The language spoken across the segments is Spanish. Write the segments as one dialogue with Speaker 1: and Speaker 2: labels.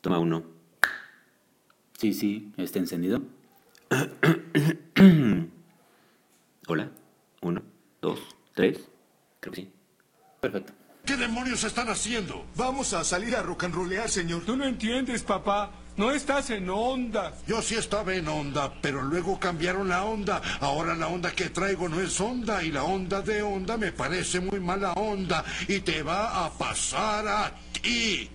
Speaker 1: Toma uno.
Speaker 2: Sí, sí, está encendido.
Speaker 1: Hola. Uno, dos, tres. Creo que sí.
Speaker 2: Perfecto.
Speaker 3: ¿Qué demonios están haciendo?
Speaker 4: Vamos a salir a rocanrolear, señor.
Speaker 5: Tú no entiendes, papá. No estás en onda.
Speaker 3: Yo sí estaba en onda, pero luego cambiaron la onda. Ahora la onda que traigo no es onda y la onda de onda me parece muy mala onda y te va a pasar a ti.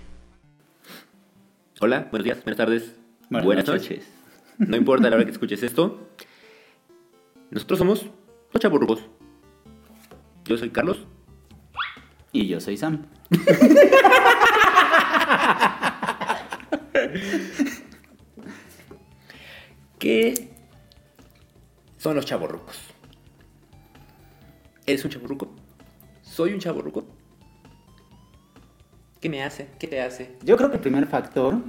Speaker 1: Hola, buenos días, buenas tardes,
Speaker 2: Buenas
Speaker 1: buenas,
Speaker 2: noches.
Speaker 1: noches. No importa la hora que escuches esto. Nosotros somos los chaburrucos. Yo soy Carlos.
Speaker 2: Y yo soy Sam.
Speaker 1: ¿Qué son los chaborrucos? ¿Eres un chaborruco? ¿Soy un chaborruco? ¿Qué me hace? ¿Qué te hace?
Speaker 2: Yo creo que el primer factor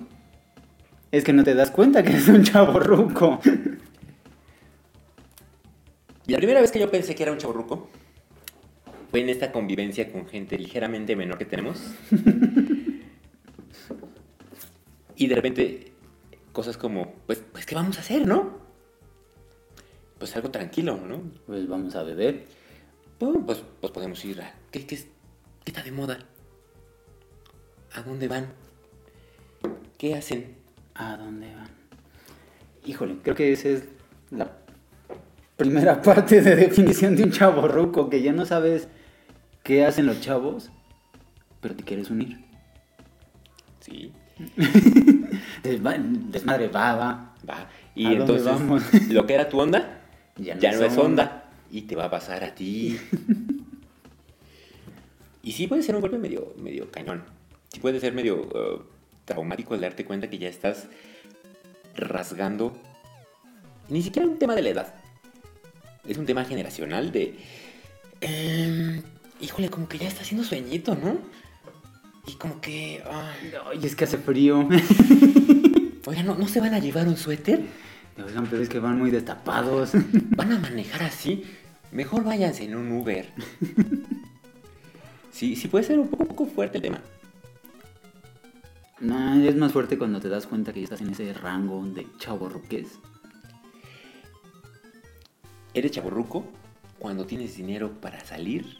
Speaker 2: es que no te das cuenta que es un chavo ruco.
Speaker 1: La primera vez que yo pensé que era un chaborruco fue en esta convivencia con gente ligeramente menor que tenemos. y de repente, cosas como, pues, pues, ¿qué vamos a hacer, no? Pues algo tranquilo, ¿no?
Speaker 2: Pues vamos a beber.
Speaker 1: Pum, Pues, pues podemos ir a... ¿Qué, qué, es- qué está de moda? ¿A dónde van? ¿Qué hacen?
Speaker 2: ¿A dónde van? Híjole, creo que esa es la primera parte de definición de un chavo ruco, que ya no sabes qué hacen los chavos, pero te quieres unir.
Speaker 1: Sí,
Speaker 2: Desma- Desmadre baba.
Speaker 1: va. Y
Speaker 2: ¿A dónde
Speaker 1: entonces,
Speaker 2: vamos?
Speaker 1: lo que era tu onda,
Speaker 2: Ya
Speaker 1: ya
Speaker 2: no
Speaker 1: no,
Speaker 2: es
Speaker 1: es,
Speaker 2: onda.
Speaker 1: onda. Y te va a pasar a ti. y sí puede ser un golpe medio, medio cañón. Sí puede ser medio eh, traumático el darte cuenta que ya estás rasgando. Ni siquiera un tema de la edad. Es un tema generacional de... em, híjole, como que ya está haciendo sueñito, ¿no? Y como que... ah,
Speaker 2: Ay, es que hace frío.
Speaker 1: oigan, ¿no, ¿no se van a llevar un suéter?
Speaker 2: Oigan, pero es que van muy destapados.
Speaker 1: ¿Van a manejar así? Mejor váyanse en un Uber. Sí, sí puede ser un poco, poco fuerte el tema.
Speaker 2: No, es más fuerte cuando te das cuenta que ya estás en ese rango de chavo ruques.
Speaker 1: Eres chaborruco cuando tienes dinero para salir,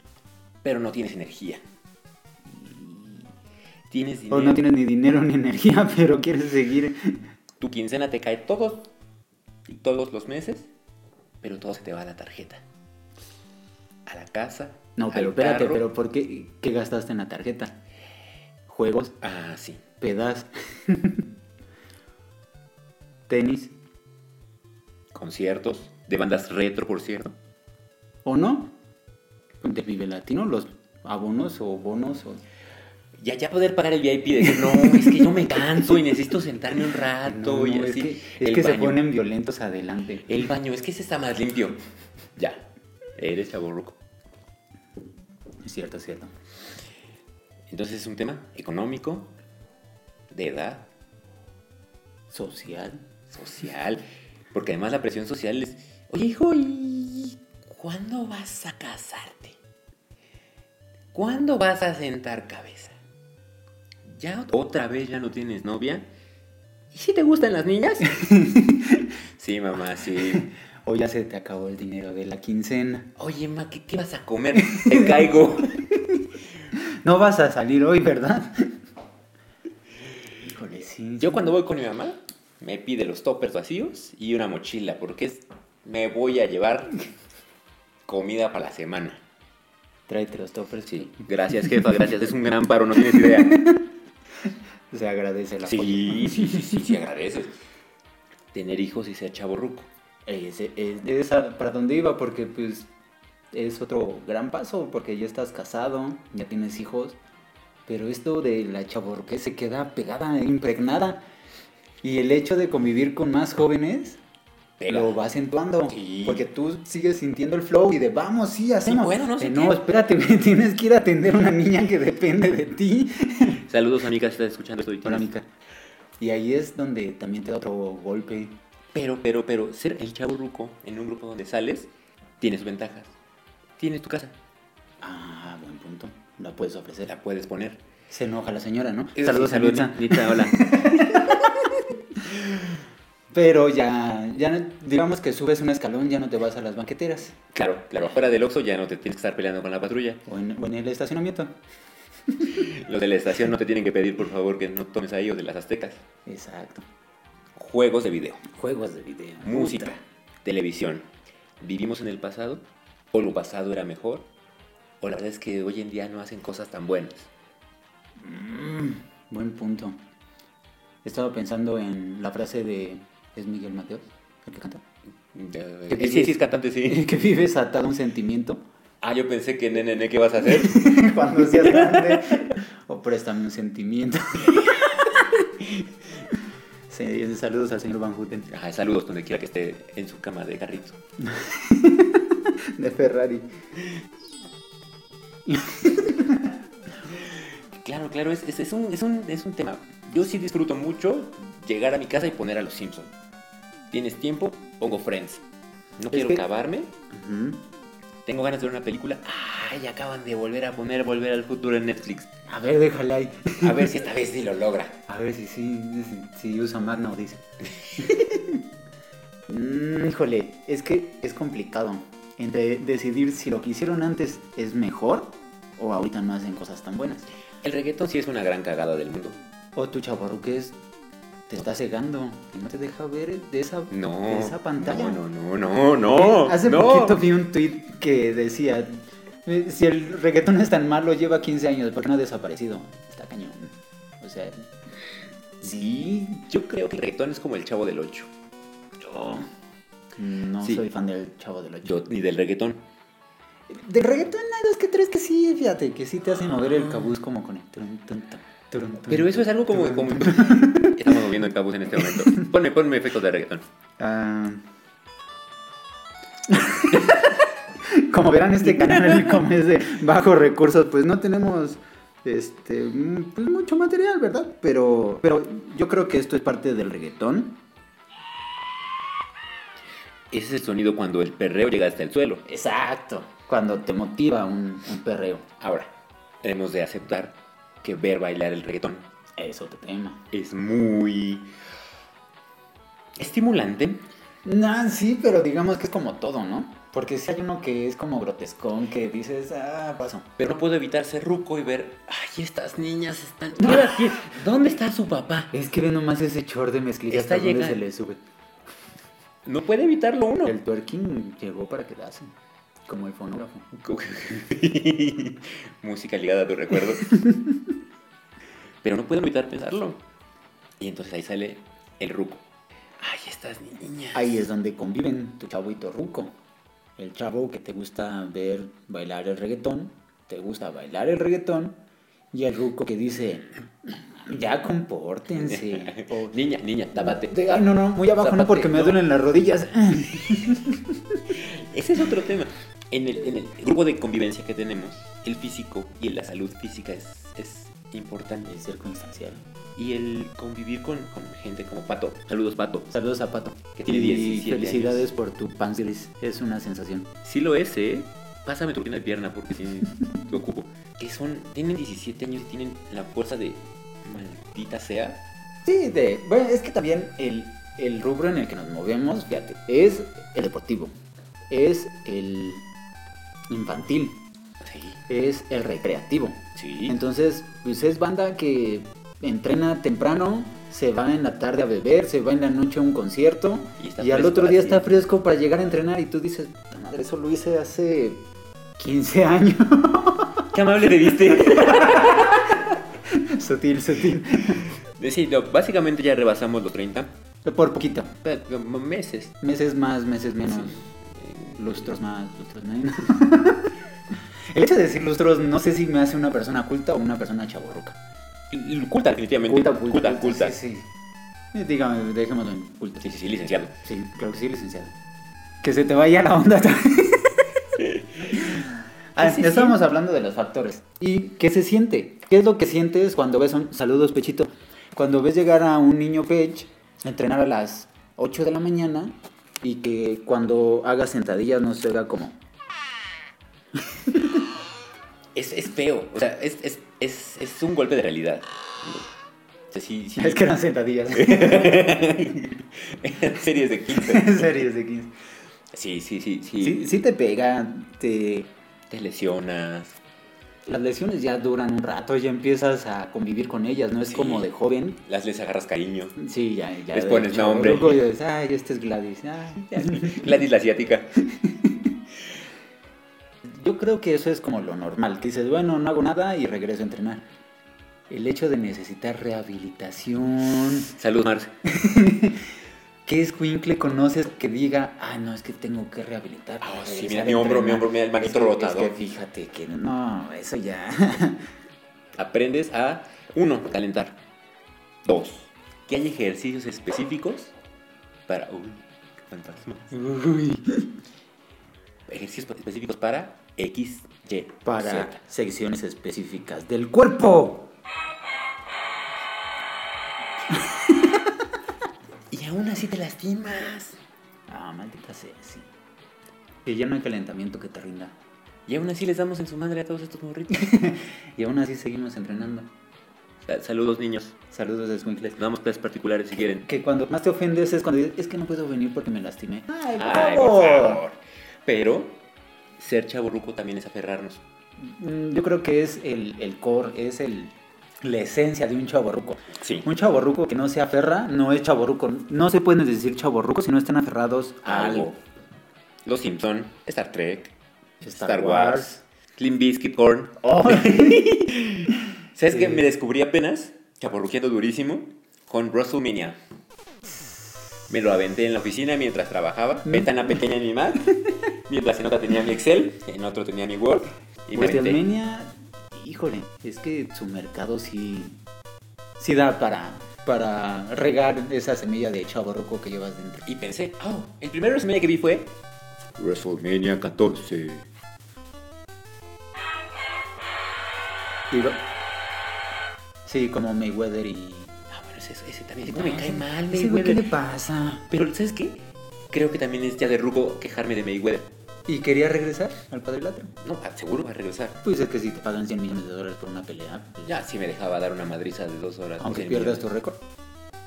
Speaker 1: pero no tienes energía. Tienes dinero.
Speaker 2: O no tienes ni dinero ni energía, pero quieres seguir.
Speaker 1: Tu quincena te cae todos, y todos los meses, pero todo se te va a la tarjeta. A la casa.
Speaker 2: No, pero
Speaker 1: al
Speaker 2: espérate,
Speaker 1: carro.
Speaker 2: pero ¿por qué, qué gastaste en la tarjeta? Juegos,
Speaker 1: Ah, sí.
Speaker 2: pedas, tenis,
Speaker 1: Conciertos de bandas retro, por cierto.
Speaker 2: ¿o no? De Vive Latino, los abonos o bonos. O...
Speaker 1: Ya, ya poder pagar el VIP de que no, es que yo me canso y necesito sentarme un rato
Speaker 2: No,
Speaker 1: y
Speaker 2: no, es
Speaker 1: así.
Speaker 2: que, es
Speaker 1: el
Speaker 2: que se
Speaker 1: baño,
Speaker 2: ponen violentos adelante.
Speaker 1: El baño, es que ese está más limpio. Ya, eres chaborruco.
Speaker 2: Es cierto, es cierto.
Speaker 1: Entonces es un tema económico, de edad,
Speaker 2: Social.
Speaker 1: social. Porque además la presión social es, oye hijo, ¿y cuándo vas a casarte? ¿Cuándo vas a sentar cabeza? ¿Ya otra vez ya no tienes novia? ¿Y si te gustan las niñas? sí, mamá, sí.
Speaker 2: O ya se te acabó el dinero de la quincena.
Speaker 1: Oye, ma, ¿qué, qué vas a comer? Te caigo.
Speaker 2: No vas a salir hoy, ¿verdad? Híjole, sí.
Speaker 1: Yo cuando voy con mi mamá, me pide los toppers vacíos y una mochila, porque es, me voy a llevar comida para la semana.
Speaker 2: Tráete los toppers.
Speaker 1: Sí, gracias jefa, gracias. Es un gran paro, no tienes idea.
Speaker 2: Se agradece la
Speaker 1: Sí, sí, sí, sí, sí, agradeces. Tener hijos y ser chaborruco.
Speaker 2: Ese, es, es a- para donde iba, porque pues es otro gran paso, porque ya estás casado, ya tienes hijos, pero esto de la chaborruquez se queda pegada, impregnada, y el hecho de convivir con más jóvenes
Speaker 1: Pega.
Speaker 2: lo va acentuando,
Speaker 1: Sí.
Speaker 2: porque tú sigues sintiendo el flow y de vamos, sí, hacemos.
Speaker 1: puedo, no sé
Speaker 2: Eh,
Speaker 1: qué.
Speaker 2: no espérate, güey, tienes que ir a atender a una niña que depende de ti.
Speaker 1: Saludos, amiga, si estás escuchando esto. y
Speaker 2: Hola,
Speaker 1: tienes-
Speaker 2: Mica. Y ahí es donde también te da otro golpe.
Speaker 1: Pero, pero, pero, ser el chaborruco en un grupo donde sales, tienes ventajas. Tienes tu casa,
Speaker 2: Ah, buen punto. La puedes
Speaker 1: te
Speaker 2: ofrecer.
Speaker 1: la puedes poner.
Speaker 6: Se enoja la señora, ¿no?
Speaker 1: Eso sí,
Speaker 6: Saludos a
Speaker 1: salud,
Speaker 6: Nitza.
Speaker 1: Nitza, hola.
Speaker 6: Pero ya, ya no- digamos que subes un escalón, ya no te vas a las banqueteras
Speaker 1: Claro, claro, fuera del Oxxo ya no te tienes que estar peleando con la patrulla.
Speaker 6: o en, o en el estacionamiento.
Speaker 1: Los de la estación no te tienen que pedir, por favor, que no tomes ahí o de las aztecas.
Speaker 6: Exacto.
Speaker 1: Juegos de video,
Speaker 6: Juegos de video.
Speaker 1: música, televisión. ¿Vivimos en el pasado? ¿O lo pasado era mejor? ¿O la verdad es que hoy en día no hacen cosas tan buenas?
Speaker 6: Buen punto. Estaba pensando en la frase de... ¿Es Miguel Mateos el que canta?
Speaker 1: Eh, Sí, sí, es cantante, sí.
Speaker 6: Que vives atado a un sentimiento
Speaker 1: Ah, yo pensé que nene, nene, ¿qué vas a hacer?
Speaker 6: cuando seas grande. o préstame un sentimiento. Sí, saludos al señor Van Houten
Speaker 1: Ajá, saludos donde quiera que esté en su cama de carrito.
Speaker 6: de Ferrari.
Speaker 1: Claro, claro, es, es- es un, es, un, es un tema. Yo sí disfruto mucho llegar a mi casa y poner a los Simpsons. Tienes tiempo, pongo Friends. No quiero
Speaker 6: que-
Speaker 1: acabarme. Tengo ganas de ver una película. Ay, acaban de volver a poner Volver al Futuro en Netflix.
Speaker 6: A ver, déjala ahí.
Speaker 1: A ver si esta vez sí lo logra.
Speaker 6: A ver si sí, si, si usa Magna o dice. Mm, híjole, es que es complicado entre decidir si lo que hicieron antes es mejor o ahorita no hacen cosas tan buenas.
Speaker 1: El reggaetón sí es una gran cagada del mundo.
Speaker 6: O tu chavarruques te está cegando y no te deja ver de esa,
Speaker 1: No.
Speaker 6: de esa pantalla. Eh,
Speaker 1: No, no, no, no, no.
Speaker 6: Hace
Speaker 1: no.
Speaker 6: poquito vi un tweet que decía, eh, si el reggaetón es tan malo, lleva 15 años, ¿por qué no ha desaparecido? Está cañón. O sea,
Speaker 1: Sí, yo creo que el reggaetón es como el chavo del 8.
Speaker 6: yo no
Speaker 1: Sí.
Speaker 6: soy fan del Chavo del Ocho.
Speaker 1: Yo ni del reggaetón.
Speaker 6: De reggaetón hay dos que tres que sí, fíjate, que sí te hacen mover el cabuz como con el... turun, tun, tun, turun, tun.
Speaker 1: Pero eso es algo como... como- Estamos moviendo el cabuz en este momento. Ponme, ponme efectos de reggaetón.
Speaker 6: Ah. como verán este canal, como es de bajos recursos, pues no tenemos este mm, pues, mucho material, ¿verdad? Pero, pero yo creo que esto es parte del reggaetón.
Speaker 1: Ese es el sonido cuando el perreo llega hasta el suelo.
Speaker 6: Exacto. Cuando te motiva un, un perreo.
Speaker 1: Ahora, hemos de aceptar que ver bailar el reggaetón
Speaker 6: Es otro tema.
Speaker 1: es muy estimulante.
Speaker 6: Nah, sí, pero digamos que es como todo, ¿no? Porque si hay uno que es como grotescón, que dices, ah, paso.
Speaker 1: Pero no puedo evitar ser ruco y ver, ay, estas niñas están... ¿Qué edad tiene? ¿Dónde está su papá?
Speaker 6: Ah, Es que ve nomás ese chor de mezclilla
Speaker 1: Está
Speaker 6: hasta donde
Speaker 1: llega-
Speaker 6: se le sube.
Speaker 1: No puede evitarlo uno.
Speaker 6: El twerking llegó para quedarse, como el fonógrafo.
Speaker 1: Música ligada a tu recuerdo. Pero no puedo evitar pensarlo. Y entonces ahí sale el ruco. Ay, estas niñas.
Speaker 6: Ahí es donde conviven tu chavo y tu ruco. El chavo que te gusta ver bailar el reggaetón, te gusta bailar el reggaetón, y el ruco que dice, ya compórtense. O,
Speaker 1: Niña, niña, tápate.
Speaker 6: de- "Ay, no, no, muy abajo, no,
Speaker 1: Zapate,
Speaker 6: porque me
Speaker 1: no.
Speaker 6: duelen las rodillas.
Speaker 1: Ese es otro tema. En el, en el grupo de convivencia que tenemos, el físico y la salud física es, es importante.
Speaker 6: Es circunstancial.
Speaker 1: Y el convivir con, con gente como Pato. Saludos, Pato.
Speaker 6: Saludos a Pato.
Speaker 1: Que tiene
Speaker 6: Y
Speaker 1: 17 años.
Speaker 6: felicidades por tu pan gris. Es una sensación.
Speaker 1: Sí lo es, ¿eh? Pásame tu pierna de pierna porque sí lo ocupo. Que son, tienen 17 años y tienen la fuerza de maldita sea.
Speaker 6: Sí, de, bueno, es que también el, el rubro en el que nos movemos, fíjate, es el deportivo, es el infantil,
Speaker 1: Sí,
Speaker 6: es el recreativo.
Speaker 1: sí.
Speaker 6: Entonces, pues es banda que entrena temprano, se va en la tarde a beber, se va en la noche a un concierto
Speaker 1: Y está
Speaker 6: y, al
Speaker 1: fresco
Speaker 6: otro día
Speaker 1: así.
Speaker 6: está fresco para llegar a entrenar y tú dices, "Puta madre, eso lo hice hace 15 años.
Speaker 1: Qué amable te viste.
Speaker 6: sutil, sutil.
Speaker 1: sí, no, básicamente ya rebasamos los 30.
Speaker 6: Por poquito.
Speaker 1: Pero, meses.
Speaker 6: Meses más, meses menos.
Speaker 1: Eh,
Speaker 6: Lustros más, lustros menos. El hecho de decir lustros no sé si me hace una persona culta o una persona chaborruca.
Speaker 1: y- y Culta, definitivamente. culta. culta. Sí,
Speaker 6: Sí, sí. Eh, Dígame, dejémoslo en culta.
Speaker 1: sí, sí, licenciado.
Speaker 6: Sí, creo que sí, licenciado. Que se te vaya la onda también. Ah,
Speaker 1: Sí, sí,
Speaker 6: estábamos hablando de los factores. ¿Y qué se siente? ¿Qué es lo que sientes cuando ves un... Saludos, Pechito. Cuando ves llegar a un niño Pech, entrenar a las 8 de la mañana y que cuando haga sentadillas no se haga como...
Speaker 1: Es, es feo. O sea, es, es, es, es un golpe de realidad. O sea, sí- sí-
Speaker 6: Es que eran sentadillas.
Speaker 1: series de 15.
Speaker 6: en serio, es de 15.
Speaker 1: Sí, sí, sí, sí.
Speaker 6: Sí, sí te pega, te...
Speaker 1: Te lesionas.
Speaker 6: Las lesiones ya duran un rato, ya empiezas a convivir con ellas, no es
Speaker 1: Sí.
Speaker 6: como de joven.
Speaker 1: Las les agarras cariño.
Speaker 6: Sí, ya, ya.
Speaker 1: Les
Speaker 6: de
Speaker 1: pones
Speaker 6: chavo,
Speaker 1: nombre.
Speaker 6: loco, ya dices, Ay, este es Gladys. ay, ya".
Speaker 1: Gladys la asiática.
Speaker 6: Yo creo que eso es como lo normal, que dices, bueno, no hago nada y regreso a entrenar. El hecho de necesitar rehabilitación,
Speaker 1: Salud, Mars.
Speaker 6: ¿qué escuincle conoces que diga, ah, no, es que tengo que rehabilitar? para
Speaker 1: Ah, sí,
Speaker 6: regresar
Speaker 1: mira,
Speaker 6: a
Speaker 1: mi hombro,
Speaker 6: entrenar"?
Speaker 1: mi hombro, mira, el manguito
Speaker 6: Es que-
Speaker 1: rotado.
Speaker 6: Es que fíjate que no, eso ya.
Speaker 1: Aprendes a, uno, calentar. Dos, que hay ejercicios específicos para... Uy, qué fantasma.
Speaker 6: Uy,
Speaker 1: Ejercicios específicos para X, Y,
Speaker 6: para
Speaker 1: Z.
Speaker 6: secciones específicas del cuerpo.
Speaker 1: Y aún así te lastimas.
Speaker 6: Ah, maldita sea, sí. Que ya no hay calentamiento que te rinda.
Speaker 1: Y aún así les damos en su madre a todos estos morritos.
Speaker 6: Y aún así seguimos entrenando.
Speaker 1: Sa- Saludos, niños.
Speaker 6: Saludos de Squinkles.
Speaker 1: Damos clases particulares si quieren.
Speaker 6: Que cuando más te ofendes es cuando dices, es que no puedo venir porque me lastimé. Ay,
Speaker 1: Ay, por favor. Pero ser chaburruco también es aferrarnos.
Speaker 6: Mm, Yo creo que es el, el core, es el, la esencia de un chaborruco.
Speaker 1: Sí.
Speaker 6: Un chaborruco que no se aferra no es chaborruco. No se pueden decir chaborruco si no están aferrados a algo.
Speaker 1: Los Simpson, Star Trek,
Speaker 6: Star
Speaker 1: Star, Wars, Clean Biscuit Corn. ¿Sabes qué? Me descubrí apenas, chaburruqueando durísimo, con WrestleMania. Me lo aventé en la oficina mientras trabajaba. Ventana pequeña en mi Mac. mientras en otra tenía mi Excel, en otro tenía mi Word. Y me aventé.
Speaker 6: WrestleMania, híjole, es que su mercado sí, sí da para, para regar esa semilla de chaborruco que llevas dentro.
Speaker 1: Y pensé, oh, el primer WrestleMania que vi fue WrestleMania 14.
Speaker 6: Y lo- Sí, como Mayweather y...
Speaker 1: Ah, bueno, ese, ese también ese me cae mal,
Speaker 6: Ese güey, ¿Qué le
Speaker 1: Mayweather.
Speaker 6: pasa?
Speaker 1: Pero, ¿sabes qué? Creo que también es ya de ruco quejarme de Mayweather.
Speaker 6: ¿Y quería regresar al cuadrilátero?
Speaker 1: No, ah, seguro va a regresar.
Speaker 6: Pues es que si te pagan 100 millones de dólares por una pelea, pues,
Speaker 1: Ya, si me dejaba dar una madriza de dos horas.
Speaker 6: aunque
Speaker 1: no sé,
Speaker 6: pierdas tu
Speaker 1: millones.
Speaker 6: récord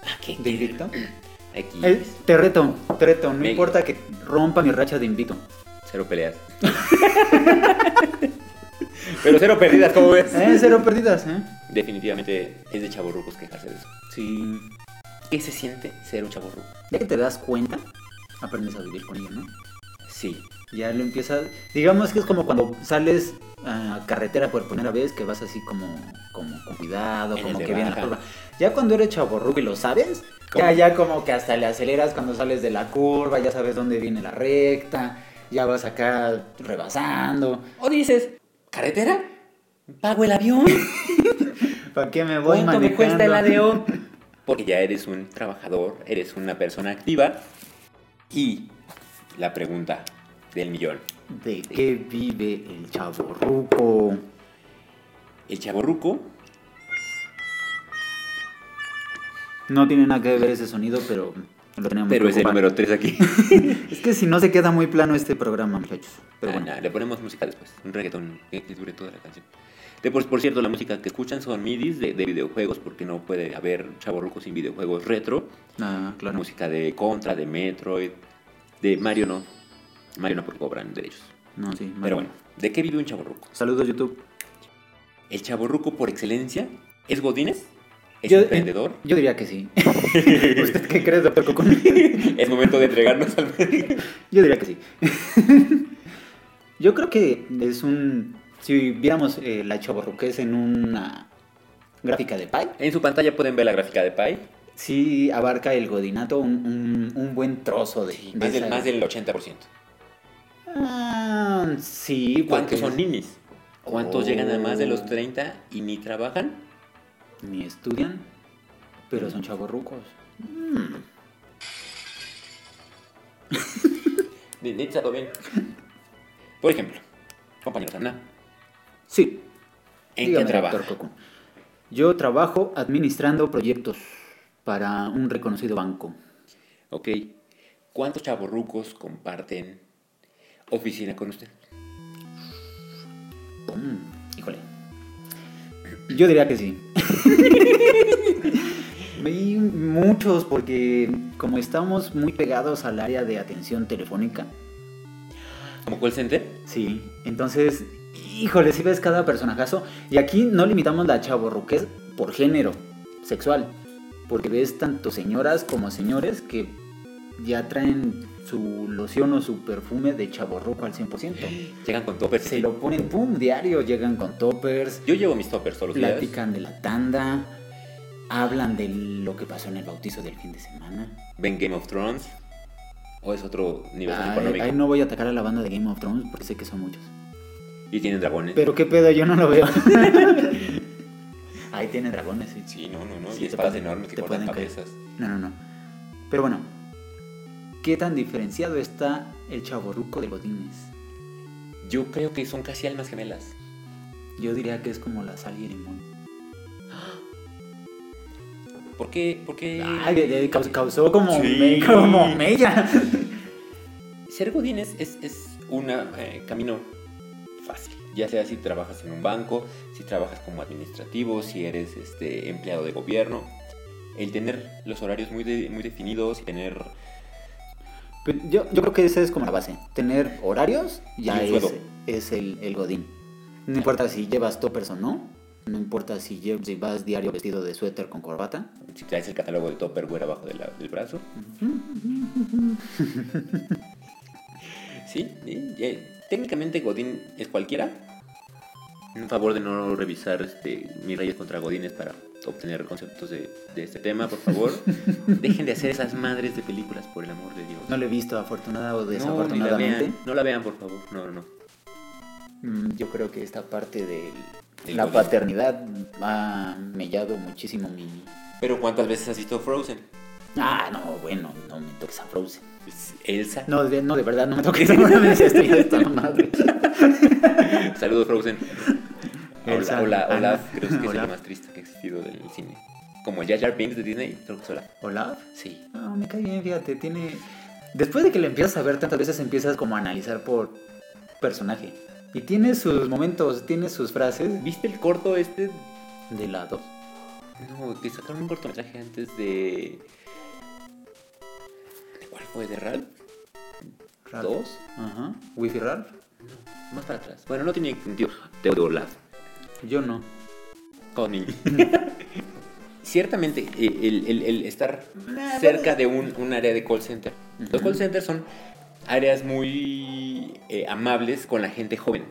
Speaker 1: Ah, ¿qué?
Speaker 6: de invicto.
Speaker 1: Aquí,
Speaker 6: Eh, te reto, te reto, no
Speaker 1: Venga.
Speaker 6: importa que rompa mi racha de invicto.
Speaker 1: cero peleas. Pero cero perdidas, ¿cómo ves?
Speaker 6: Eh, cero perdidas, ¿eh?
Speaker 1: Definitivamente es de chavorrucos quejarse de eso.
Speaker 6: Sí.
Speaker 1: ¿Qué se siente ser un chavorruco?
Speaker 6: Ya que te das cuenta, aprendes a vivir con ella, ¿no?
Speaker 1: Sí.
Speaker 6: Ya lo empiezas. Digamos que es como cuando sales a carretera por primera vez, que vas así como, como con cuidado,
Speaker 1: En
Speaker 6: como
Speaker 1: el de
Speaker 6: que bien la
Speaker 1: baja.
Speaker 6: curva. Ya cuando eres chaborruco y lo sabes,
Speaker 1: ¿Cómo?
Speaker 6: ya, ya como que hasta le aceleras cuando sales de la curva, ya sabes dónde viene la recta, ya vas acá rebasando.
Speaker 1: O dices, ¿carretera? ¿Pago el avión?
Speaker 6: ¿Para qué me voy
Speaker 1: ¿Cuánto me
Speaker 6: manejando?
Speaker 1: cuesta el ADO? Porque ya eres un trabajador, eres una persona activa. Y la pregunta del millón.
Speaker 6: ¿De qué vive el chaborruco?
Speaker 1: El chavorruco
Speaker 6: No tiene nada que ver ese sonido, pero lo tenemos
Speaker 1: Pero
Speaker 6: que
Speaker 1: es el
Speaker 6: ocupar.
Speaker 1: número 3 aquí.
Speaker 6: Es que si no se queda muy plano este programa, muchachos. Pero
Speaker 1: Ah,
Speaker 6: bueno.
Speaker 1: nah, le ponemos música después. Un reggaetón que, que dure toda la canción. De por, por cierto, la música que escuchan son midis de, de videojuegos, porque no puede haber chavorrucos sin videojuegos retro.
Speaker 6: Ah,
Speaker 1: La
Speaker 6: claro.
Speaker 1: música de Contra, de Metroid, de Mario no. Mario no porque cobran derechos.
Speaker 6: No, sí.
Speaker 1: Pero bueno, ¿de qué vive un chavorruco?
Speaker 6: Saludos, YouTube.
Speaker 1: El chavorruco por excelencia es Godínez, es
Speaker 6: Yo- eh,
Speaker 1: emprendedor.
Speaker 6: Yo diría que sí. ¿Usted qué cree, doctor Cocón?
Speaker 1: es momento de entregarnos al
Speaker 6: Yo diría que sí. Yo creo que es un. Si viéramos eh, la chaborruquez en una gráfica de pie,
Speaker 1: En su pantalla pueden ver la gráfica de Pai.
Speaker 6: sí abarca el godinato un, un- un buen trozo de. de
Speaker 1: Más del,
Speaker 6: esa-
Speaker 1: más del 80%.
Speaker 6: Ah, sí,
Speaker 1: ¿Cuántos
Speaker 6: porque
Speaker 1: son ninis? ¿Cuántos
Speaker 6: Oh.
Speaker 1: llegan a más de los 30 y ni trabajan?
Speaker 6: Ni estudian, pero son chaborrucos.
Speaker 1: Ni- ni está todo bien. Por ejemplo, compañero Sarna,
Speaker 6: Sí,
Speaker 1: ¿en
Speaker 6: Dígame,
Speaker 1: qué trabaja?
Speaker 6: doctor Coco. Yo trabajo administrando proyectos para un reconocido banco.
Speaker 1: Ok. ¿Cuántos chavorrucos comparten oficina con usted?
Speaker 6: Mm, híjole. Yo diría que sí. Hay muchos porque como estamos muy pegados al área de atención telefónica,
Speaker 1: ¿Como call center?
Speaker 6: sí, entonces, híjole, si ves cada personajazo, y aquí no limitamos la chavorruquez por género sexual, porque ves tanto señoras como señores que ya traen su loción o su perfume de chavorruco al 100%.
Speaker 1: Llegan con toppers.
Speaker 6: Se lo ponen, pum, diario, llegan con toppers,
Speaker 1: Yo llevo mis toppers todos los días.
Speaker 6: platican de la tanda, hablan de lo que pasó en el bautizo del fin de semana.
Speaker 1: Ven Game of Thrones. O es otro nivel
Speaker 6: Ay,
Speaker 1: económico.
Speaker 6: ay, no voy a atacar a la banda de Game of Thrones porque sé que son muchos.
Speaker 1: Y tienen dragones.
Speaker 6: Pero qué pedo, yo no lo veo. Ahí tiene dragones, sí.
Speaker 1: Sí, no, no, no.
Speaker 6: Sí,
Speaker 1: y
Speaker 6: te
Speaker 1: espadas
Speaker 6: pueden-
Speaker 1: enormes que
Speaker 6: te
Speaker 1: cortan
Speaker 6: pueden caer.
Speaker 1: cabezas.
Speaker 6: No, no, no. Pero bueno, ¿qué tan diferenciado está el chaborruco de Godines?
Speaker 1: Yo creo que son casi almas gemelas.
Speaker 6: Yo diría que es como la sal y el limón.
Speaker 1: ¿Por qué? ¿Por qué?
Speaker 6: Ay, eh, eh, caus- causó como,
Speaker 1: Sí.
Speaker 6: me- como mella.
Speaker 1: Ser Godín es, es, un camino fácil. Ya sea si trabajas en un banco, si trabajas como administrativo, si eres este, empleado de gobierno. El tener los horarios muy, de- muy definidos y tener
Speaker 6: Pero Pues Yo, yo creo que esa es como la base. Tener horarios ya
Speaker 1: Y un
Speaker 6: es,
Speaker 1: sueldo.
Speaker 6: es el, el godín. No importa si llevas toppers o no. No importa si, lle- si vas diario vestido de suéter con corbata.
Speaker 1: Si traes el catálogo de Topperware abajo de la- del brazo. sí, y- y, eh, técnicamente Godín es cualquiera. Un favor de no revisar este, mis reyes contra Godines para obtener conceptos de, de este tema, por favor. Dejen de hacer esas madres de películas, por el amor de Dios.
Speaker 6: No lo he visto afortunada o
Speaker 1: No, ni la
Speaker 6: desafortunadamente.
Speaker 1: vean, no la vean, por favor. No, no, no.
Speaker 6: Mm, Yo creo que esta parte de
Speaker 1: Del
Speaker 6: la
Speaker 1: godín.
Speaker 6: paternidad ha mellado muchísimo mi...
Speaker 1: Pero ¿cuántas veces has visto Frozen?
Speaker 6: Ah, no, bueno, no me toques a Frozen.
Speaker 1: Es Pues, Elsa.
Speaker 6: No, de, no, de verdad, no me toques a Frozen. Estoy hasta la madre.
Speaker 1: Saludos, Frozen. Hola,
Speaker 6: Elsa,
Speaker 1: hola, hola.
Speaker 6: Ana.
Speaker 1: Creo que es el
Speaker 6: Hola.
Speaker 1: más triste que ha existido del cine. Como el Jar Jar Binks de Disney, creo que es hola.
Speaker 6: ¿Hola?
Speaker 1: Sí.
Speaker 6: No, me cae bien, fíjate, tiene... Después de que le empiezas a ver tantas veces, empiezas como a analizar por personaje. Y tiene sus momentos, tiene sus frases
Speaker 1: ¿Viste el corto este?
Speaker 6: de lado.
Speaker 1: No, que sacaron un cortometraje antes de. ¿De cuál fue? ¿De Ralph?
Speaker 6: Ralph.
Speaker 1: ¿Dos?
Speaker 6: Ajá. Wifi Ralph.
Speaker 1: Más para atrás. Bueno, no tiene sentido. Te odio, Olaf.
Speaker 6: Yo no.
Speaker 1: Connie. Ciertamente, eh, el, el- el estar cerca de un, un área de call center. Los call centers son áreas muy eh, amables con la gente joven.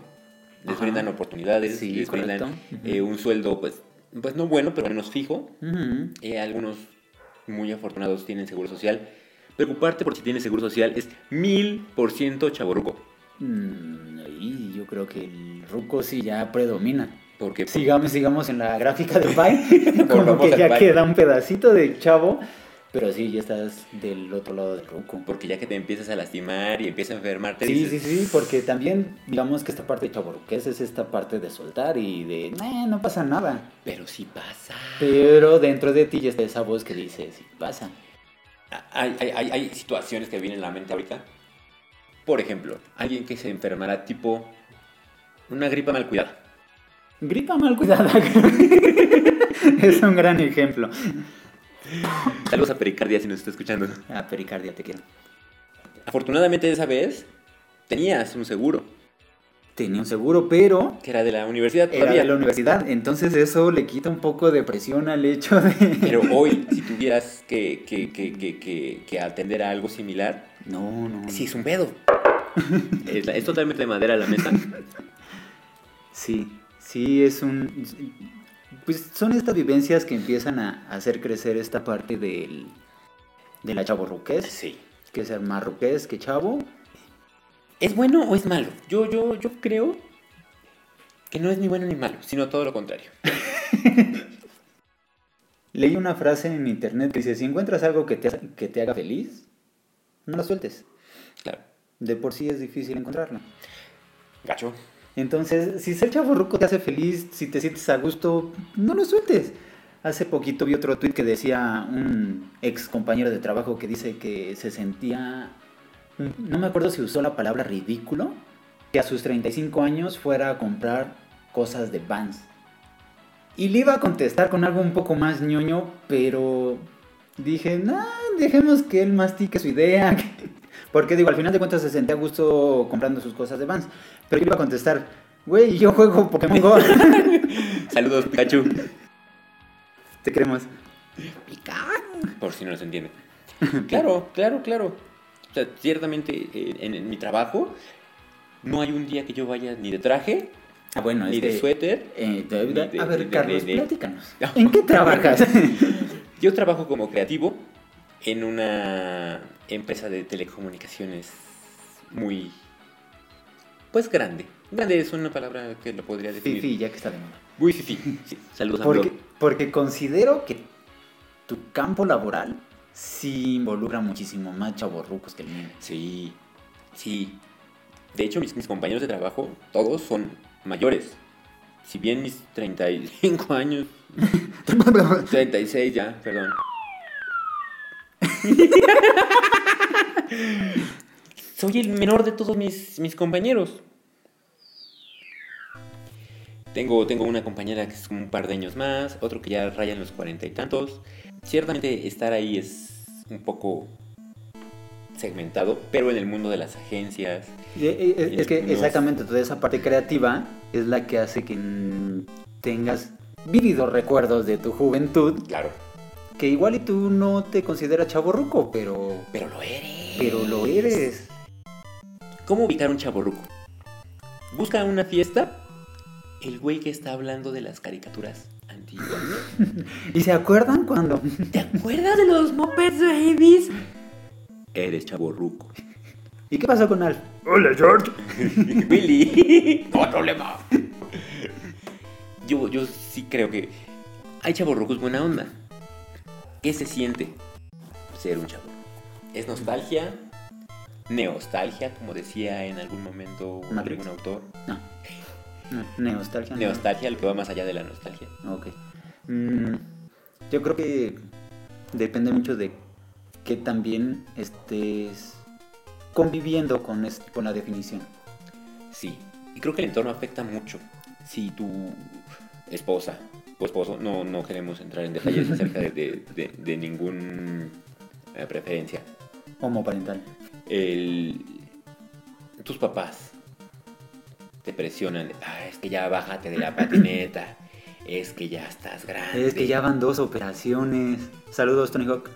Speaker 1: Les
Speaker 6: Ajá.
Speaker 1: brindan oportunidades,
Speaker 6: Sí,
Speaker 1: les brindan
Speaker 6: correcto.
Speaker 1: eh, un sueldo, pues, pues no bueno, pero al menos fijo.
Speaker 6: Ujú.
Speaker 1: Eh, algunos muy afortunados tienen seguro social. Preocuparte por si tienes seguro social es mil por ciento chaboruco.
Speaker 6: Mm, y yo creo que el ruco sí ya predomina.
Speaker 1: Porque
Speaker 6: Sigamos, sigamos en la gráfica de Vine. Como
Speaker 1: Volvamos
Speaker 6: que
Speaker 1: al
Speaker 6: ya
Speaker 1: Vine.
Speaker 6: queda un pedacito de chavo. Pero sí, ya estás del otro lado del ruco.
Speaker 1: porque ya que te empiezas a lastimar y empiezas a enfermarte,
Speaker 6: Sí,
Speaker 1: dices,
Speaker 6: sí, sí, porque también digamos que esta parte de chaborruqués es esta parte de soltar y de "Nah, no pasa nada.
Speaker 1: pero sí pasa.
Speaker 6: Pero dentro de ti ya está esa voz que dice, sí, pasa.
Speaker 1: Hay, hay- hay- hay situaciones que vienen a la mente ahorita. Por ejemplo, alguien que se enfermará tipo una gripa mal cuidada.
Speaker 6: Gripa mal cuidada. es un gran ejemplo.
Speaker 1: Saludos a Pericardia si nos está escuchando.
Speaker 6: Ah, pericardia, te quiero.
Speaker 1: Afortunadamente esa vez tenías un seguro,
Speaker 6: Tenía un seguro, pero
Speaker 1: que era de la universidad
Speaker 6: era
Speaker 1: todavía.
Speaker 6: de la universidad, entonces eso le quita un poco de presión al hecho de...
Speaker 1: Pero hoy, si tuvieras que, que- que- que- que- que atender a algo similar,
Speaker 6: No, no.
Speaker 1: sí
Speaker 6: Sí,
Speaker 1: es un pedo. es, es totalmente de madera la mesa.
Speaker 6: sí, sí es un... Pues son estas vivencias que empiezan a hacer crecer esta parte del... De la chavorruquez,
Speaker 1: Sí.
Speaker 6: que es más ruqués que chavo.
Speaker 1: ¿Es bueno o es malo? Yo, yo, yo creo que no es ni bueno ni malo, sino todo lo contrario.
Speaker 6: Leí una frase en internet que dice, si encuentras algo que te, hace- que te haga feliz, no lo sueltes.
Speaker 1: Claro.
Speaker 6: De por sí es difícil encontrarlo.
Speaker 1: Gacho.
Speaker 6: Entonces, si ser chavorruco te hace feliz, si te sientes a gusto, no lo sueltes. Hace poquito vi otro tweet que decía un ex compañero de trabajo que dice que se sentía, mm, no me acuerdo si usó la palabra ridículo, que a sus 35 años fuera a comprar cosas de Vans. Y le iba a contestar con algo un poco más ñoño, pero dije, nah, dejemos que él mastique su idea. Porque digo, al final de cuentas se sentía a gusto comprando sus cosas de Vans. Pero yo iba a contestar, güey, yo juego Pokémon Go.
Speaker 1: Saludos, Pikachu.
Speaker 6: Te queremos.
Speaker 1: Por si no los entiende. Claro, claro, claro. O sea, ciertamente eh, en, en mi trabajo no hay un día que yo vaya ni de traje,
Speaker 6: Ah, bueno,
Speaker 1: ni
Speaker 6: es
Speaker 1: de
Speaker 6: que-
Speaker 1: suéter.
Speaker 6: Eh, de- de-
Speaker 1: De-
Speaker 6: a
Speaker 1: de-
Speaker 6: ver,
Speaker 1: de-
Speaker 6: Carlos,
Speaker 1: de- de-
Speaker 6: platícanos. ¿En qué trabajas?
Speaker 1: Yo trabajo como creativo en una empresa de telecomunicaciones muy, pues grande. Grande es una palabra que lo podría
Speaker 6: sí,
Speaker 1: definir.
Speaker 6: sí, ya que está de moda.
Speaker 1: Muy fifi. Sí, saludos a
Speaker 6: Porque,
Speaker 1: Blog.
Speaker 6: porque considero que tu campo laboral sí involucra muchísimo más chavorrucos que el mío.
Speaker 1: Sí, sí. De hecho, mis, mis compañeros de trabajo, todos son mayores. Si bien mis 35 años, 36 ya, perdón. Soy el menor de todos mis, mis compañeros. Tengo, tengo una compañera que es un par de años más, otro que ya raya en los cuarenta y tantos. Ciertamente estar ahí es un poco segmentado, pero en el mundo de las agencias.
Speaker 6: Eh, eh, eh,
Speaker 1: Y
Speaker 6: Es, que
Speaker 1: nos-
Speaker 6: exactamente toda esa parte creativa es la que hace que mm, tengas vívidos recuerdos de tu juventud,
Speaker 1: Claro.
Speaker 6: que igual y tú no te consideras chavorruco, pero,
Speaker 1: Pero lo eres.
Speaker 6: pero lo eres.
Speaker 1: ¿Cómo ubicar un chaborruco? Busca una fiesta. El güey que está hablando de las caricaturas antiguas.
Speaker 6: ¿Y se acuerdan cuando?
Speaker 1: ¿Te acuerdas de los Muppets Babies? Eres chaborruco.
Speaker 6: ¿Y qué pasó con Alf?
Speaker 1: Billy, no hay problema. Yo, yo sí creo que hay chavorrucos buena onda. ¿Qué se siente ser un chaborruco? ¿Es nostalgia? ¿Neostalgia, como decía en algún momento
Speaker 6: Matrix.
Speaker 1: algún autor?
Speaker 6: No. No, Neostalgia. no.
Speaker 1: Neostalgia, lo que va más allá de la nostalgia.
Speaker 6: Ok. Mm, yo creo que depende mucho de que también estés conviviendo con, es- con la definición.
Speaker 1: Sí. Y creo que el entorno afecta mucho. Si tu esposa o esposo, no, no queremos entrar en detalles acerca de, de, de- de ningún eh, preferencia.
Speaker 6: Homoparental.
Speaker 1: el- tus papás te presionan. "Ah, es que ya bájate de la patineta. Es que ya estás grande.
Speaker 6: Es que ya van dos operaciones. Saludos, Tony Hawk.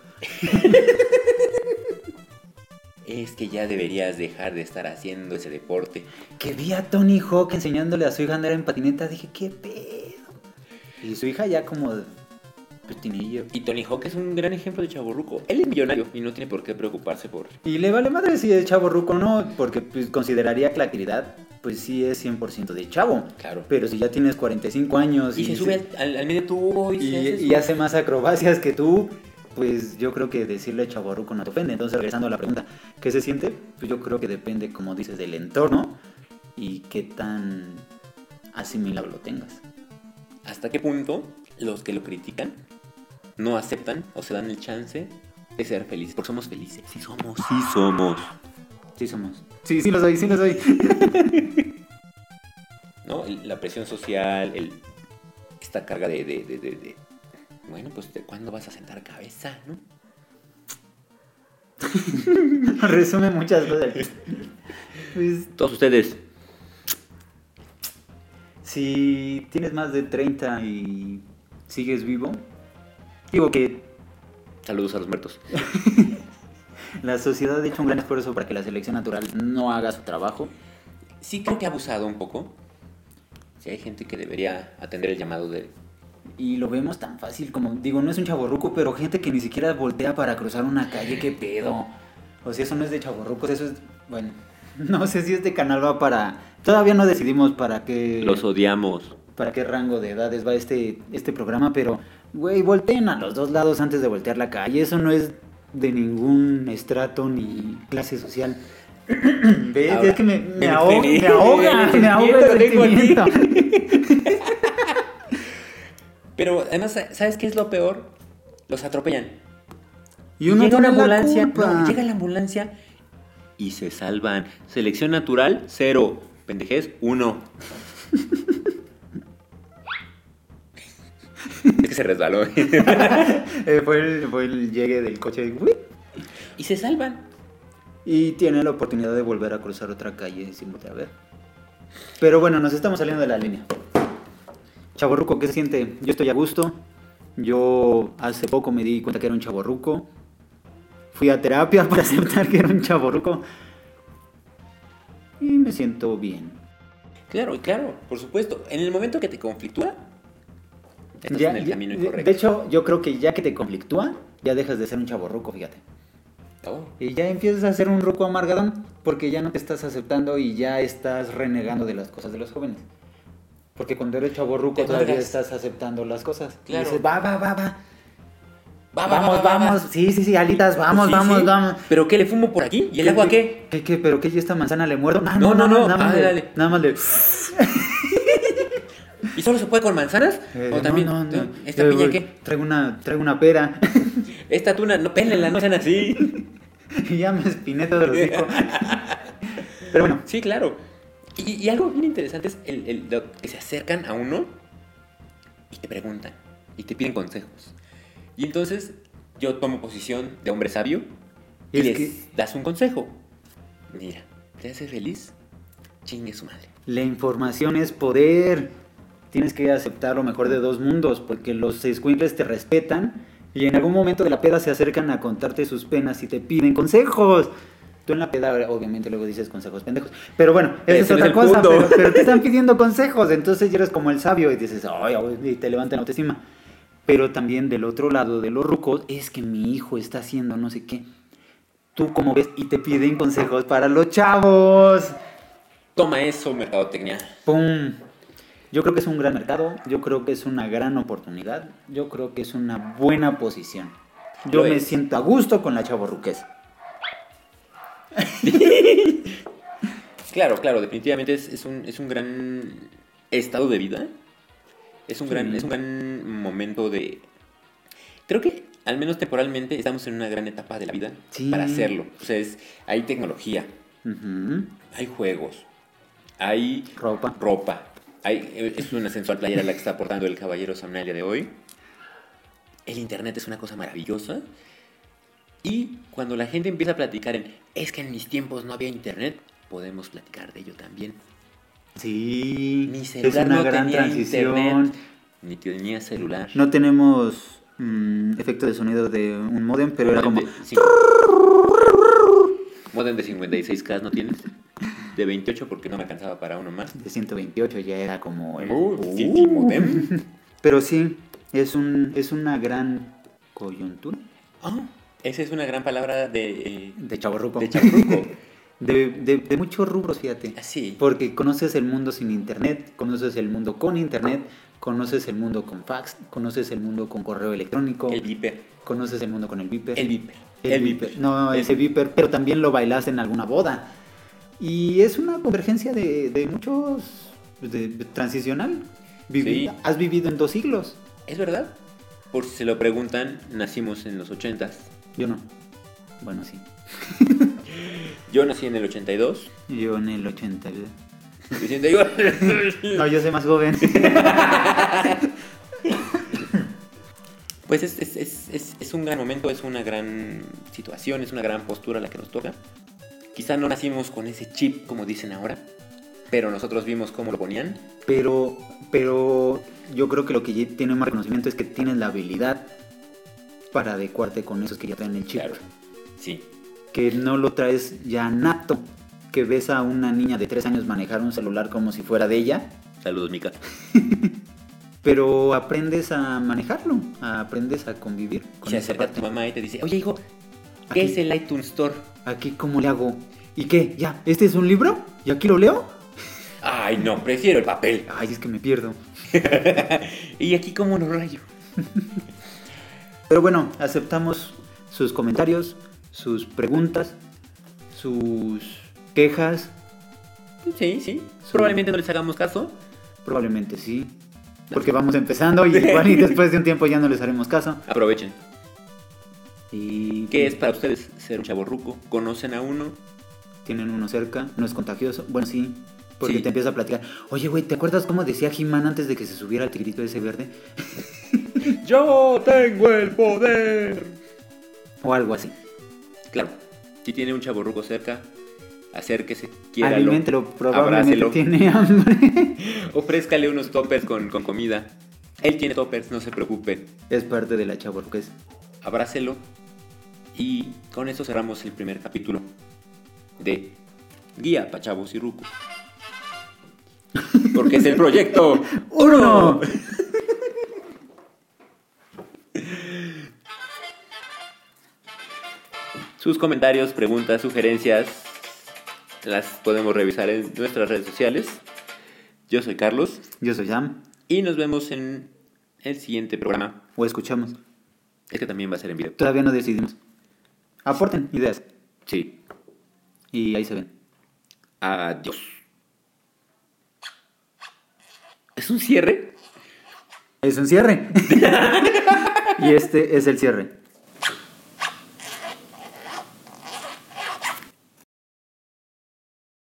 Speaker 1: Es que ya deberías dejar de estar haciendo ese deporte.
Speaker 6: Que vi a Tony Hawk enseñándole a su hija a andar en patineta. Dije, ¿qué pedo? Y su hija ya como... Pues tinillo.
Speaker 1: Y Tony Hawk es un gran ejemplo de chaburruco. Él es millonario y no tiene por qué preocuparse por
Speaker 6: Y le vale madre si es chavo ruco o no, porque pues, consideraría que la actividad pues sí es 100% de chavo.
Speaker 1: Claro.
Speaker 6: Pero si ya tienes 45 años
Speaker 1: Y se sube al, al- al medio tubo y,
Speaker 6: y,
Speaker 1: se hace su-
Speaker 6: y hace más acrobacias que tú, pues yo creo que decirle chavo ruco no te ofende. Entonces, regresando a la pregunta, ¿qué se siente? Pues yo creo que depende, como dices, del entorno y qué tan asimilado lo tengas.
Speaker 1: ¿Hasta qué punto los que lo critican no aceptan o se dan el chance de ser felices? Porque somos felices. Sí somos. Sí somos.
Speaker 6: Sí somos. Sí, sí lo soy, sí lo soy.
Speaker 1: ¿no? El- La presión social, el, esta carga de, de- de- de- de- Bueno, pues, ¿de cuándo vas a sentar cabeza, no?
Speaker 6: Resume muchas cosas. Pues
Speaker 1: Todos ustedes.
Speaker 6: Si tienes más de 30 y sigues vivo, digo que
Speaker 1: Saludos a los muertos.
Speaker 6: la sociedad ha hecho un gran esfuerzo para que la selección natural no haga su trabajo.
Speaker 1: Sí creo que ha abusado un poco. Sí, hay gente que debería atender el llamado de...
Speaker 6: Y lo vemos tan fácil como, digo, no es un chaborruco, pero gente que ni siquiera voltea para cruzar una calle, qué pedo. O sea, eso no es de chaborrucos, eso es, bueno, no sé si es de Canalba para... Todavía no decidimos para qué...
Speaker 1: odiamos.
Speaker 6: para qué rango de edades va este, este programa, pero, güey, volteen a los dos lados antes de voltear la calle. Eso no es de ningún estrato ni clase social. ¿Ves?
Speaker 1: Ahora,
Speaker 6: es que me, me
Speaker 1: el
Speaker 6: ahoga, me
Speaker 1: sentimiento,
Speaker 6: ahoga,
Speaker 1: el
Speaker 6: me ahoga el
Speaker 1: sentimiento,
Speaker 6: sentimiento.
Speaker 1: tengo Pero además, ¿sabes qué es lo peor? Los atropellan.
Speaker 6: Y uno
Speaker 1: llega
Speaker 6: tiene
Speaker 1: una
Speaker 6: la
Speaker 1: ambulancia,
Speaker 6: culpa.
Speaker 1: no, llega la ambulancia y se salvan. Selección natural, cero. Pendejez, uno. se resbaló.
Speaker 6: Eh, fue, el, fue el llegue del coche y, ¡uy!
Speaker 1: y se salvan.
Speaker 6: y tiene la oportunidad de volver a cruzar otra calle sin volver a ver. Pero bueno, nos estamos saliendo de la línea. Chaborruco, ¿qué se siente? Yo estoy a gusto. Yo hace poco me di cuenta que era un chaborruco. Fui a terapia para aceptar que era un chaborruco. Y me siento bien.
Speaker 1: Claro, claro, por supuesto. En el momento que te conflictúa, estás
Speaker 6: Ya-
Speaker 1: en el
Speaker 6: ya-
Speaker 1: camino
Speaker 6: de-
Speaker 1: incorrecto.
Speaker 6: De hecho, yo creo que ya que te conflictúa, ya dejas de ser un chaborruco, fíjate.
Speaker 1: Oh,
Speaker 6: Y ya empiezas a ser un ruco amargadón porque ya no te estás aceptando y ya estás renegando de las cosas de los jóvenes. Porque cuando eres chavo
Speaker 1: Te
Speaker 6: ruco todavía
Speaker 1: amargas.
Speaker 6: estás aceptando las cosas. Y
Speaker 1: Claro.
Speaker 6: dices, va, va, va, va.
Speaker 1: va, va,
Speaker 6: vamos,
Speaker 1: va, va, va.
Speaker 6: vamos. Sí, sí, sí, alitas, vamos,
Speaker 1: Sí,
Speaker 6: vamos,
Speaker 1: sí.
Speaker 6: vamos.
Speaker 1: ¿Pero qué le fumo por aquí? ¿Y el agua qué?
Speaker 6: ¿Qué, qué? ¿Pero qué? ¿Y esta manzana le muerdo? Ah,
Speaker 1: No, no, no.
Speaker 6: Nada más,
Speaker 1: Ah,
Speaker 6: le-
Speaker 1: dale.
Speaker 6: nada más le- eh,
Speaker 1: ¿Y solo se puede con manzanas?
Speaker 6: Eh,
Speaker 1: ¿O también?
Speaker 6: no, no, no.
Speaker 1: ¿Esta
Speaker 6: Eh,
Speaker 1: piña
Speaker 6: güey,
Speaker 1: qué?
Speaker 6: Traigo una, traigo una pera.
Speaker 1: Esta tuna, no, pélenla, no sean así.
Speaker 6: y ya me espiné todo el hocico. Pero bueno,
Speaker 1: Sí, claro. Y, y algo bien interesante es el, el- lo que se acercan a uno y te preguntan y te piden consejos. Y entonces yo tomo posición de hombre sabio y
Speaker 6: Es
Speaker 1: les
Speaker 6: que-
Speaker 1: das un consejo. Mira, ¿te hace feliz? Chingue su madre.
Speaker 6: La información es poder. Tienes que aceptar lo mejor de dos mundos, porque los escuincles te respetan y en algún momento de la peda se acercan a contarte sus penas y te piden consejos. Tú en la peda, obviamente, luego dices consejos pendejos. Pero bueno, esa es
Speaker 1: Ese no es
Speaker 6: otra
Speaker 1: el
Speaker 6: cosa.
Speaker 1: punto.
Speaker 6: Pero, pero te están pidiendo consejos, entonces ya eres como el sabio y dices, ay, ay", y te levanta la autoestima. Pero también del otro lado de los rucos, es que mi hijo está haciendo no sé qué. Tú como ves y te piden consejos para los chavos.
Speaker 1: Toma eso, mercadotecnia.
Speaker 6: ¡Pum! Yo creo que es un gran mercado, yo creo que es una gran oportunidad, yo creo que es una buena posición. Yo
Speaker 1: Lo
Speaker 6: me
Speaker 1: es.
Speaker 6: siento a gusto con la chavorruquez.
Speaker 1: Claro, claro, definitivamente es, es un, es un gran estado de vida. Es un, gran,
Speaker 6: Sí.
Speaker 1: es un gran momento de... Creo que al menos temporalmente estamos en una gran etapa de la vida
Speaker 6: Sí.
Speaker 1: para hacerlo. O sea, es- hay tecnología,
Speaker 6: Ujú.
Speaker 1: hay juegos, hay
Speaker 6: Ropa.
Speaker 1: ropa. Hay, es una sensual playera la que está portando el caballero Samuel de hoy. El internet es una cosa maravillosa. Y cuando la gente empieza a platicar en es que en mis tiempos no había internet, podemos platicar de ello también.
Speaker 6: Sí,
Speaker 1: Mi
Speaker 6: es
Speaker 1: celular
Speaker 6: una
Speaker 1: no
Speaker 6: gran
Speaker 1: tenía
Speaker 6: transición.
Speaker 1: internet, ni tenía celular.
Speaker 6: No tenemos mm, efecto de sonido de un modem, pero era como...
Speaker 1: Modem de cin- Modem de 56K no tienes. De 28 porque no me alcanzaba para uno más.
Speaker 6: De 128 ya era como... el-
Speaker 1: Uh, sí, sí, modem.
Speaker 6: Pero sí, es, un, es una gran coyuntura
Speaker 1: Ah, esa es una gran palabra de, eh,
Speaker 6: de chavorruco.
Speaker 1: de chaburruco.
Speaker 6: De, de- de muchos rubros, fíjate.
Speaker 1: Así.
Speaker 6: Porque conoces el mundo sin internet, conoces el mundo con internet, conoces el mundo con fax, conoces el mundo con correo electrónico,
Speaker 1: El viper.
Speaker 6: conoces el mundo con el viper.
Speaker 1: El viper.
Speaker 6: El viper. No,
Speaker 1: El
Speaker 6: ese
Speaker 1: viper.
Speaker 6: viper, pero también lo bailaste en alguna boda. Y es una convergencia de, de muchos. pues, de- de- transicional.
Speaker 1: Sí.
Speaker 6: Vivi- Has vivido en dos siglos.
Speaker 1: ¿Es verdad? Por si se lo preguntan, nacimos en los 80s.
Speaker 6: Yo no. Bueno, sí.
Speaker 1: Yo nací en el 82.
Speaker 6: Yo en el 80.
Speaker 1: Me siento igual.
Speaker 6: No, yo soy más joven.
Speaker 1: Pues es, es- es- es- es un gran momento, es una gran situación, es una gran postura la que nos toca. Quizá no nacimos con ese chip como dicen ahora, pero nosotros vimos cómo lo ponían.
Speaker 6: Pero, pero yo creo que lo que ya tiene más reconocimiento es que tienes la habilidad para adecuarte con esos que ya traen el chip.
Speaker 1: Claro. Sí.
Speaker 6: Que no lo traes ya nato. Que ves a una niña de tres años manejar un celular como si fuera de ella,
Speaker 1: Saludos, Mica.
Speaker 6: pero aprendes a manejarlo, a- aprendes a convivir con
Speaker 1: Se
Speaker 6: esa
Speaker 1: acerca tu
Speaker 6: parte.
Speaker 1: mamá y te dice, oye hijo, ¿qué
Speaker 6: Aquí.
Speaker 1: es el iTunes Store?
Speaker 6: Aquí, ¿cómo le hago? ¿Y qué? ¿Ya? ¿Este es un libro? ¿Y aquí lo leo?
Speaker 1: Ay, no, prefiero el papel.
Speaker 6: Ay, es que me pierdo.
Speaker 1: ¿Y aquí cómo lo rayo?
Speaker 6: Pero bueno, aceptamos sus comentarios, sus preguntas, sus quejas.
Speaker 1: Sí, sí. Probablemente no les hagamos caso.
Speaker 6: Probablemente sí. Porque vamos empezando y igual y después de un tiempo ya no les haremos caso.
Speaker 1: Aprovechen.
Speaker 6: Y pues,
Speaker 1: ¿Qué es para ustedes ser un chaborruco? ¿Conocen a uno?
Speaker 6: Tienen uno cerca, no es contagioso. Bueno, sí. Porque
Speaker 1: Sí.
Speaker 6: te empieza a platicar. Oye, güey, ¿te acuerdas cómo decía he antes de que se subiera al tigrito ese verde?
Speaker 1: ¡Yo tengo el poder!
Speaker 6: O algo así.
Speaker 1: Claro, si tiene un chaborruco cerca, acérquese, quiéralo,
Speaker 6: Alimentelo, probablemente
Speaker 1: abrácelo,
Speaker 6: tiene hambre.
Speaker 1: ofrézcale unos toppers con, con comida. Él tiene toppers, no se preocupe.
Speaker 6: es parte de la chaborquez.
Speaker 1: abrácelo y con eso cerramos el primer capítulo de Guía para Chavos y Rucos. Porque es el proyecto.
Speaker 6: ¡Uno!
Speaker 1: Sus comentarios, preguntas, sugerencias las podemos revisar en nuestras redes sociales. Yo soy Carlos
Speaker 6: Yo soy Sam.
Speaker 1: y nos vemos en el siguiente programa.
Speaker 6: O escuchamos.
Speaker 1: Es que también va a ser en video.
Speaker 6: Todavía no decidimos. Aporten ideas.
Speaker 1: Sí.
Speaker 6: Y ahí se ven.
Speaker 1: Adiós. ¿Es un cierre?
Speaker 6: Es un cierre. y este es el cierre.